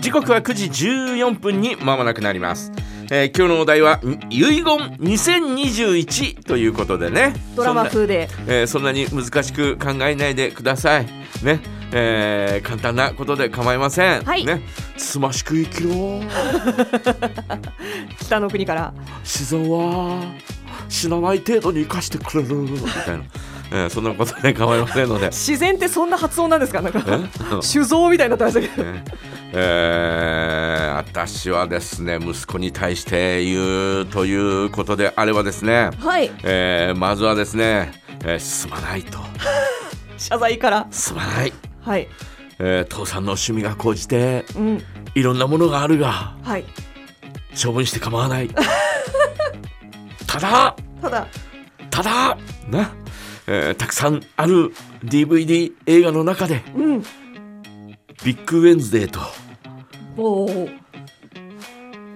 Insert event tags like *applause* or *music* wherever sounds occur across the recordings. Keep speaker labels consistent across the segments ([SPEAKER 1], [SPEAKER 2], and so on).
[SPEAKER 1] 時刻は9時14分に間もなくなります、えー今日のお題はん遺言2021ということでね
[SPEAKER 2] ドラマ風で
[SPEAKER 1] そんな,、えーそんなに難しく考えないでくださいね、えー簡単なことで構いません、
[SPEAKER 2] はい
[SPEAKER 1] ねつましく生きろ
[SPEAKER 2] 北の国から
[SPEAKER 1] 自然は死なない程度に生かしてくれるみたいな、えーそんなことで構いませんの
[SPEAKER 2] *laughs*
[SPEAKER 1] で
[SPEAKER 2] 自然ってそんな発音なんですかなんか
[SPEAKER 1] え
[SPEAKER 2] 酒造みたいになってましたけど
[SPEAKER 1] ねえー私はですね息子に対して言うということであればですね、
[SPEAKER 2] はい
[SPEAKER 1] えーまずはですね、えーすまないと
[SPEAKER 2] 謝罪から
[SPEAKER 1] すまない、
[SPEAKER 2] はい
[SPEAKER 1] えー父さんの趣味が高じて
[SPEAKER 2] うん
[SPEAKER 1] いろんなものがあるが
[SPEAKER 2] はい
[SPEAKER 1] 処分して構わ
[SPEAKER 2] *laughs*
[SPEAKER 1] ないただ
[SPEAKER 2] ただ
[SPEAKER 1] ただな、えーたくさんある DVD 映画の中で
[SPEAKER 2] うん
[SPEAKER 1] ビッグウェンズデーと
[SPEAKER 2] おお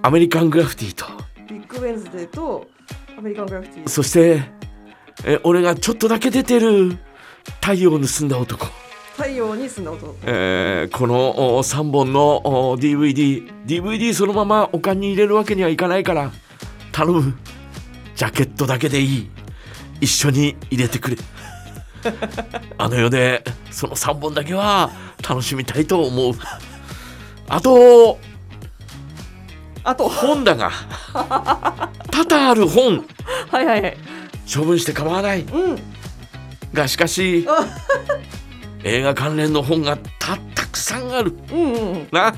[SPEAKER 1] アメリカングラフィティと
[SPEAKER 2] ビッグウェンズデーとアメリカングラフィティ
[SPEAKER 1] そして、えー俺がちょっとだけ出てる太陽を盗んだ男、
[SPEAKER 2] 太陽に住んだ男
[SPEAKER 1] えーこの3本のお DVD DVD そのままお金に入れるわけにはいかないから頼むジャケットだけでいい一緒に入れてくれ *laughs* あの世でその3本だけは楽しみたいと思うあと
[SPEAKER 2] あと
[SPEAKER 1] 本だが多々ある本
[SPEAKER 2] はいはいはい
[SPEAKER 1] 処分して構わない
[SPEAKER 2] うん
[SPEAKER 1] がしかし
[SPEAKER 2] あ
[SPEAKER 1] 映画関連の本がたたくさんある
[SPEAKER 2] うんうん
[SPEAKER 1] な、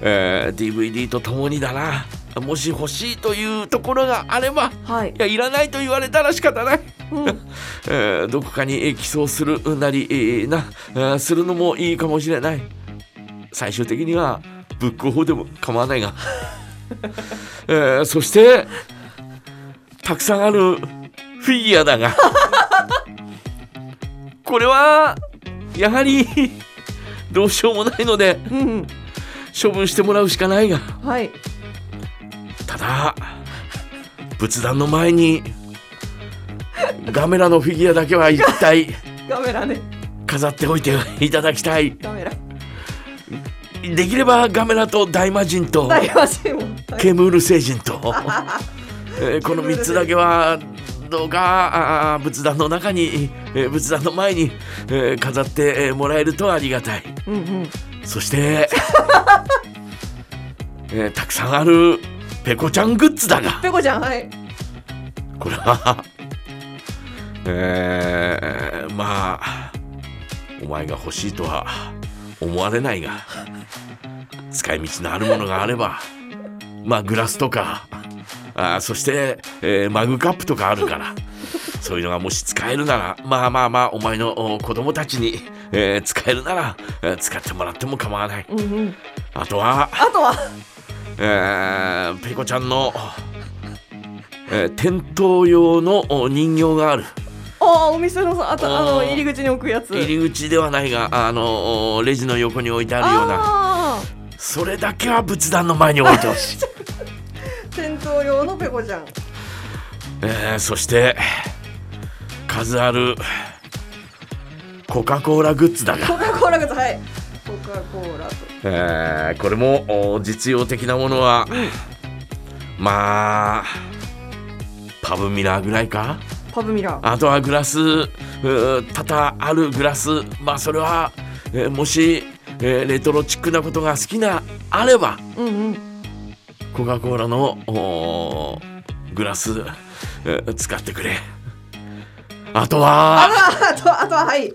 [SPEAKER 1] えー DVD とともにだなもし欲しいというところがあれば
[SPEAKER 2] はい
[SPEAKER 1] いやいらないと言われたら仕方ない、
[SPEAKER 2] うん
[SPEAKER 1] *laughs* えーどこかにえー寄贈するなり、えーなえーするのもいいかもしれない最終的にはブック法でも構わない
[SPEAKER 2] *laughs*
[SPEAKER 1] が、えーそしてたくさんあるフィギュアだが *laughs* これはやはりどうしようもないので
[SPEAKER 2] うんうん
[SPEAKER 1] 処分してもらうしかないが
[SPEAKER 2] はい
[SPEAKER 1] ただ仏壇の前にガメラのフィギュアだけは一体
[SPEAKER 2] カメラね
[SPEAKER 1] 飾っておいていただきたい
[SPEAKER 2] カメラ
[SPEAKER 1] できればガメラと大魔神と
[SPEAKER 2] 大魔神もはい
[SPEAKER 1] ケムール星人
[SPEAKER 2] *laughs*
[SPEAKER 1] と、えーこの3つだけはどうかあー仏壇の中に、えー仏壇の前に、えー飾ってえーもらえるとありがたい
[SPEAKER 2] うんうん
[SPEAKER 1] そ
[SPEAKER 2] *laughs*
[SPEAKER 1] して、えーたくさんあるペコちゃんグッズだが
[SPEAKER 2] ペコちゃんはい
[SPEAKER 1] これは *laughs* えー、まあお前が欲しいとは思われないが使い道のあるものがあればまあグラスとかあーそして、えーマグカップとかあるからそういうのがもし使えるならまあまあまあお前のお子供たちに、えー使えるなら、えー使ってもらっても構わない
[SPEAKER 2] うんうん
[SPEAKER 1] あとは
[SPEAKER 2] あとは
[SPEAKER 1] えーペコちゃんの、えー店頭用のお人形がある
[SPEAKER 2] ああお店のさあとあ
[SPEAKER 1] あ
[SPEAKER 2] の
[SPEAKER 1] ー
[SPEAKER 2] 入り口に置くやつ
[SPEAKER 1] 入り口ではないがあのおレジの横に置いてあるような
[SPEAKER 2] あ
[SPEAKER 1] それだけは仏壇の前に置いてほしい、
[SPEAKER 2] あ戦闘用のペコちゃん
[SPEAKER 1] えーそして数あるコカ・コーラグッズだ
[SPEAKER 2] コ
[SPEAKER 1] が、
[SPEAKER 2] カ・コーラ靴はいコカ・コーラと
[SPEAKER 1] えーこれもお実用的なものはまあパブミラーぐらいか
[SPEAKER 2] パブミラー
[SPEAKER 1] あとはグラスうー多々あるグラスまあそれは、えーもし、えーレトロチックなことが好きなあれば
[SPEAKER 2] うんうん
[SPEAKER 1] コカ・コーラのおーグラス、えー使ってくれあとは
[SPEAKER 2] ああとあとははいひ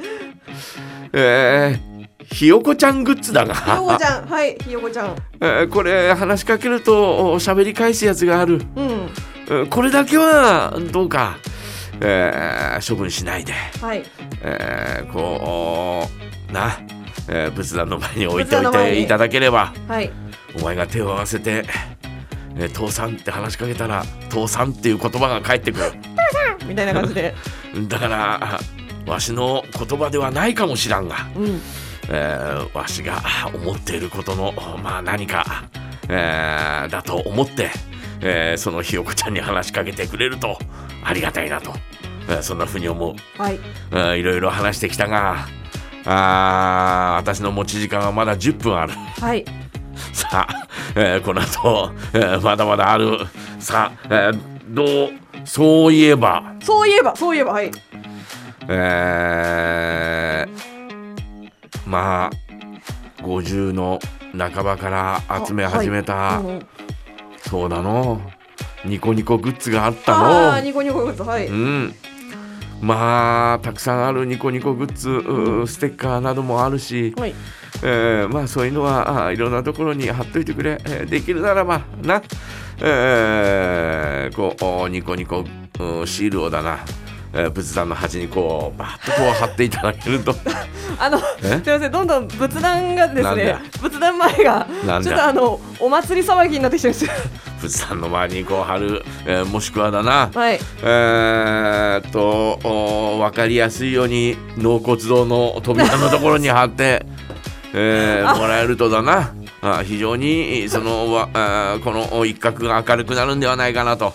[SPEAKER 1] えーひよこちゃんグッズだが
[SPEAKER 2] よこちゃんはいひよこちゃん
[SPEAKER 1] えーこれ話しかけるとお喋り返すやつがある
[SPEAKER 2] うん
[SPEAKER 1] えーこれだけはどうか、えー処分しないで。
[SPEAKER 2] はい
[SPEAKER 1] えーこうな、えー仏壇の前に置いて
[SPEAKER 2] 仏壇
[SPEAKER 1] おい
[SPEAKER 2] の前
[SPEAKER 1] て
[SPEAKER 2] に
[SPEAKER 1] いただければ
[SPEAKER 2] はい
[SPEAKER 1] お前が手を合わせて「えー父さん」って話しかけたら「父さん」っていう言葉が返ってく
[SPEAKER 2] みたいな感
[SPEAKER 1] *laughs*
[SPEAKER 2] じで
[SPEAKER 1] るだからわしの言葉ではないかもしらんが、
[SPEAKER 2] うん
[SPEAKER 1] えーわしが思っていることのまあ何か、えーだと思って、えーそのひよこちゃんに話しかけてくれるとありがたいなと、えーそんなふうに思う。
[SPEAKER 2] はい
[SPEAKER 1] うんいろいろ話してきたがあー私の持ち時間はまだ10分ある
[SPEAKER 2] はい
[SPEAKER 1] さあ、えーこの後、えーまだまだあるさあ、えーどうそういえば
[SPEAKER 2] そういえばそういえばはい
[SPEAKER 1] えーまあ50の半ばから集め始めた、
[SPEAKER 2] あはいうんうん
[SPEAKER 1] そうだのニコニコグッズがあったの
[SPEAKER 2] あーニコニコグッズはい
[SPEAKER 1] うんまあたくさんあるニコニコグッズうーステッカーなどもあるし、
[SPEAKER 2] はい
[SPEAKER 1] えーまあそういうのはあーいろんなところに貼っといてくれ、えーできるならばな、えーこうおニコニコうんシールをだな、えー仏壇の端にこうバーッとこう貼っていただけると
[SPEAKER 2] あのす
[SPEAKER 1] え
[SPEAKER 2] みませんどんどん仏壇がで
[SPEAKER 1] な
[SPEAKER 2] す
[SPEAKER 1] んだ
[SPEAKER 2] ね仏壇前が
[SPEAKER 1] なんだ
[SPEAKER 2] ちょっとあのお祭り騒ぎになってきてる
[SPEAKER 1] *laughs*
[SPEAKER 2] んですよ
[SPEAKER 1] 仏壇の周りにこう貼る、えーもしくはだな、
[SPEAKER 2] はい
[SPEAKER 1] えーっとお分かりやすいように納骨堂の扉のところに貼
[SPEAKER 2] *laughs*
[SPEAKER 1] って、えーもらえるとだなあ非常にそのわあーこの一角が明るくなるんではないかなと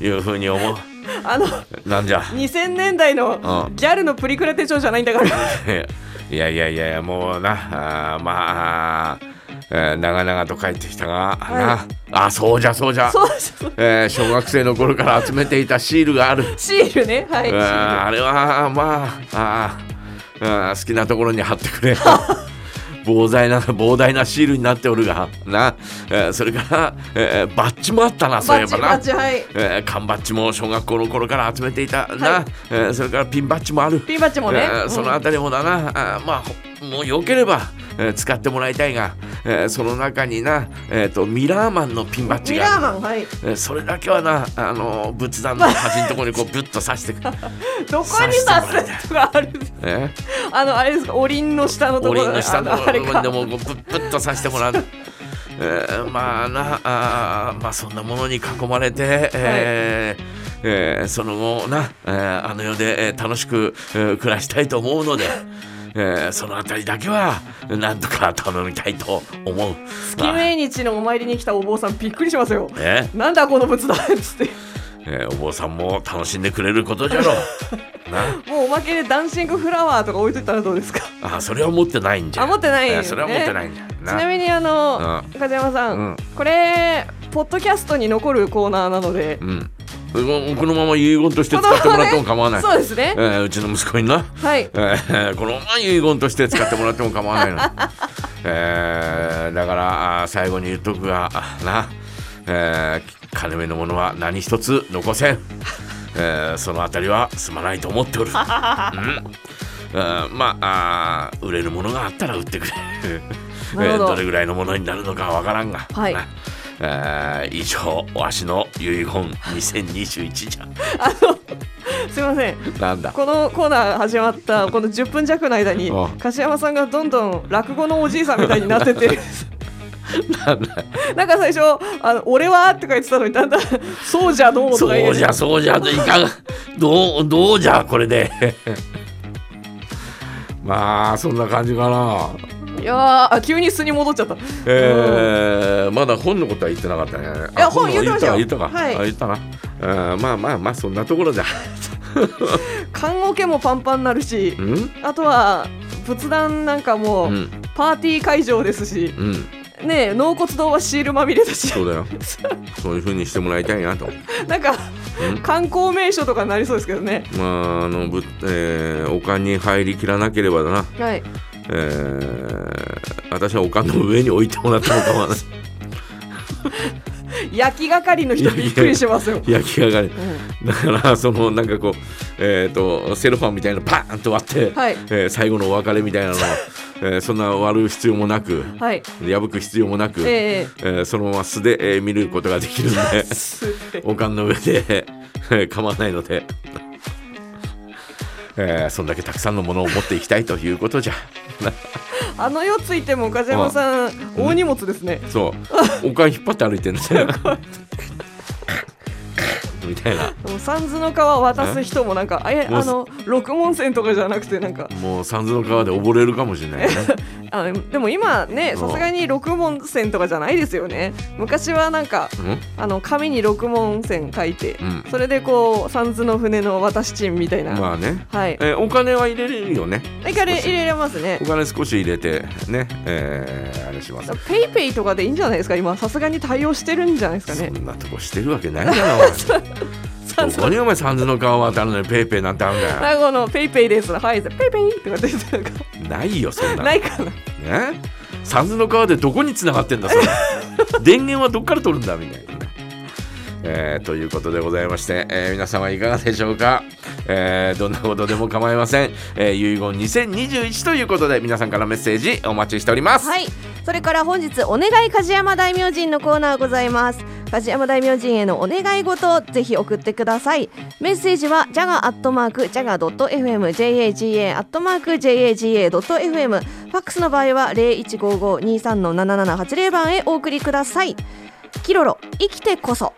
[SPEAKER 1] いうふうに思
[SPEAKER 2] あの
[SPEAKER 1] うなんじゃ
[SPEAKER 2] 2000年代の
[SPEAKER 1] うん
[SPEAKER 2] ギャルのプリクラ手帳じゃないんだから
[SPEAKER 1] *laughs* いやいやいやいやもうなあーまあ、えー長々と帰ってきたが、
[SPEAKER 2] は
[SPEAKER 1] なあそうじゃそうじゃ
[SPEAKER 2] そうそう
[SPEAKER 1] えー小学生の頃から集めていたシールがある。
[SPEAKER 2] シールねはいシ
[SPEAKER 1] うん
[SPEAKER 2] ール
[SPEAKER 1] あれはまあああ好きなところに貼ってく
[SPEAKER 2] *laughs*
[SPEAKER 1] れ膨大な膨大なシールになっておるがな、えーそれから、えーバッジもあったなそういえ
[SPEAKER 2] バッチ
[SPEAKER 1] ば
[SPEAKER 2] バ
[SPEAKER 1] な
[SPEAKER 2] ッチはい
[SPEAKER 1] えー缶バッジも小学校の頃から集めていたな、
[SPEAKER 2] はい
[SPEAKER 1] えーそれからピンバッジもある
[SPEAKER 2] ピンバッチもね
[SPEAKER 1] えーそのあたりもだな、あーまあほもうよければ、えー使ってもらいたいが、えーその中にな、えー、とミラーマンのピンバッジ
[SPEAKER 2] ミ
[SPEAKER 1] があ
[SPEAKER 2] ラ
[SPEAKER 1] る
[SPEAKER 2] ーマンはい
[SPEAKER 1] えーそれだけはなあの仏壇の端のところにこうブッと刺してくる、
[SPEAKER 2] どこに刺すとかある
[SPEAKER 1] ね、
[SPEAKER 2] あのあれですかおりんの下の
[SPEAKER 1] お
[SPEAKER 2] ところ
[SPEAKER 1] りんの下のと
[SPEAKER 2] あの
[SPEAKER 1] こ
[SPEAKER 2] あれ
[SPEAKER 1] ろ
[SPEAKER 2] か
[SPEAKER 1] にでもこうブッブッと刺して
[SPEAKER 2] *laughs*
[SPEAKER 1] もらう。えーまあなあーまあそんなものに囲まれて、えーえーその後な、えーあの世でえー楽しく、えー暮らしたいと思うので、えーそのあたりだけはなんとか頼みたいと思う。
[SPEAKER 2] 月命日のお参りに来たお坊さんびっくりしますよ
[SPEAKER 1] まあね
[SPEAKER 2] なんだこの仏壇っつって
[SPEAKER 1] えーお坊さんも楽しんでくれることじゃろ
[SPEAKER 2] *laughs*
[SPEAKER 1] う。な
[SPEAKER 2] もうおまけでダンシングフラワーとか置いといたらどうですか
[SPEAKER 1] あそれは持ってないんじゃ
[SPEAKER 2] あ持ってないよね
[SPEAKER 1] えそれは持ってないんじゃ
[SPEAKER 2] ちな
[SPEAKER 1] に
[SPEAKER 2] みにあの
[SPEAKER 1] う
[SPEAKER 2] 梶山さん、
[SPEAKER 1] うん
[SPEAKER 2] これポッドキャストに残るコーナーなので
[SPEAKER 1] うんここのまま遺言として使ってもらっても構わない
[SPEAKER 2] そうですね
[SPEAKER 1] えーうちの息子にな、
[SPEAKER 2] はい
[SPEAKER 1] えーこのまま遺言として使ってもらっても構わないの、えーだからあー最後に言っとくがあな、えー金目のものは何一つ残せん、えーそのあたりはすまないと思っておる、うんあーまああー売れるものがあったら売ってくれえ
[SPEAKER 2] なる
[SPEAKER 1] ー
[SPEAKER 2] ほど
[SPEAKER 1] どれぐらいのものになるのかは分からんが、
[SPEAKER 2] はい
[SPEAKER 1] なえー以上わしの遺言2021じゃ
[SPEAKER 2] すいません
[SPEAKER 1] なんだ
[SPEAKER 2] このコーナー始まったこの10分弱の間に
[SPEAKER 1] あ
[SPEAKER 2] 柏山さんがどんどん落語のおじいさんみたいになって
[SPEAKER 1] *laughs*
[SPEAKER 2] てなんか最初「あの俺は?」って書いてたのにだんだん「そうじゃどうも」とか言
[SPEAKER 1] そううじゃそうじゃいかがどうどうじゃこれで *laughs* まあそんな感じかない
[SPEAKER 2] やーあ急に素に戻っちゃった
[SPEAKER 1] えーまだ本のことは言ってなかったねあ
[SPEAKER 2] いや本
[SPEAKER 1] の
[SPEAKER 2] 言ってましたよ
[SPEAKER 1] 言ったか
[SPEAKER 2] はい
[SPEAKER 1] あ言ったな、うんまあまあまあそんなところじゃ
[SPEAKER 2] 棺桶もパンパンになるし
[SPEAKER 1] うん
[SPEAKER 2] あとは仏壇なんかも
[SPEAKER 1] うん
[SPEAKER 2] パーティー会場ですし、
[SPEAKER 1] うん
[SPEAKER 2] ねえ納骨堂はシールまみれだ
[SPEAKER 1] *laughs*
[SPEAKER 2] し
[SPEAKER 1] そうだよそういうふうにしてもらいたいなと
[SPEAKER 2] なんか
[SPEAKER 1] うん
[SPEAKER 2] 観光名所とかになりそうですけどね
[SPEAKER 1] まああのぶ、えー、おかんに入りきらなければだな
[SPEAKER 2] はい
[SPEAKER 1] えー、私はおかんの上に置いてもらっても構わない
[SPEAKER 2] 焼き係の人びっくりしますよ、
[SPEAKER 1] 焼き上がり
[SPEAKER 2] うん
[SPEAKER 1] だからそのなんかこうえっ、とセロファンみたいなのパーンと割って、
[SPEAKER 2] はい
[SPEAKER 1] えー最後のお別れみたいな
[SPEAKER 2] *laughs*
[SPEAKER 1] のを、えーそんな割る必要もなく
[SPEAKER 2] はい。
[SPEAKER 1] 破く必要もなく、え
[SPEAKER 2] え
[SPEAKER 1] ーそのまま素で、えー見ることができ
[SPEAKER 2] *laughs*
[SPEAKER 1] るんで
[SPEAKER 2] えすって
[SPEAKER 1] おかんの上で、えー構わないので、えーそんだけたくさんのものを持っていきたいということじゃ
[SPEAKER 2] *laughs* あの世ついても岡山さん、大荷物ですね。 *laughs*
[SPEAKER 1] そうおかん引っ張って歩いてるんですよみたいな
[SPEAKER 2] もう三途の川渡す人もなんかあえ
[SPEAKER 1] もう
[SPEAKER 2] あの六文線とかじゃなくてなんか
[SPEAKER 1] もう三途の川で溺れるかもしれないね
[SPEAKER 2] あのでも今ね
[SPEAKER 1] うん
[SPEAKER 2] さすがに六文線とかじゃないですよね昔はなんか
[SPEAKER 1] うん
[SPEAKER 2] あの紙に六文線書いて、
[SPEAKER 1] うん
[SPEAKER 2] それでこう三途の船の渡しチンみたいな、
[SPEAKER 1] まあね
[SPEAKER 2] はい
[SPEAKER 1] えーお金は入れれるよね
[SPEAKER 2] だから
[SPEAKER 1] 少し
[SPEAKER 2] 入れれますね
[SPEAKER 1] お金少し入れてねえーあれします
[SPEAKER 2] ペイペイとかでいいんじゃないですか今さすがに対応してるんじゃないですか
[SPEAKER 1] そ
[SPEAKER 2] ね
[SPEAKER 1] んなとこしてるわけないだろ
[SPEAKER 2] *laughs*
[SPEAKER 1] お前どこにお前三途の川渡るのにペイペイなんてあるん
[SPEAKER 2] *laughs*
[SPEAKER 1] だ
[SPEAKER 2] 最後のペイペイですはいペイペイとか出てるか
[SPEAKER 1] よないよそんなの
[SPEAKER 2] ないかな
[SPEAKER 1] ね三途の川でどこに繋がってんだ
[SPEAKER 2] *laughs*
[SPEAKER 1] それ電源はどっから取るんだみたいなね、えーということでございまして、えー皆様いかがでしょうか、えーどんなことでも構いません、えー、遺言2021ということで皆さんからメッセージお待ちしております、
[SPEAKER 3] はいそれから本日お願い梶山大明神のコーナーございます梶山大明神へのお願い事をぜひ送ってくださいメッセージは jaga.jaga.fm jaga.jaga.fm ファックスの場合は0155-23-7780番へお送りくださいキロロ生きてこそ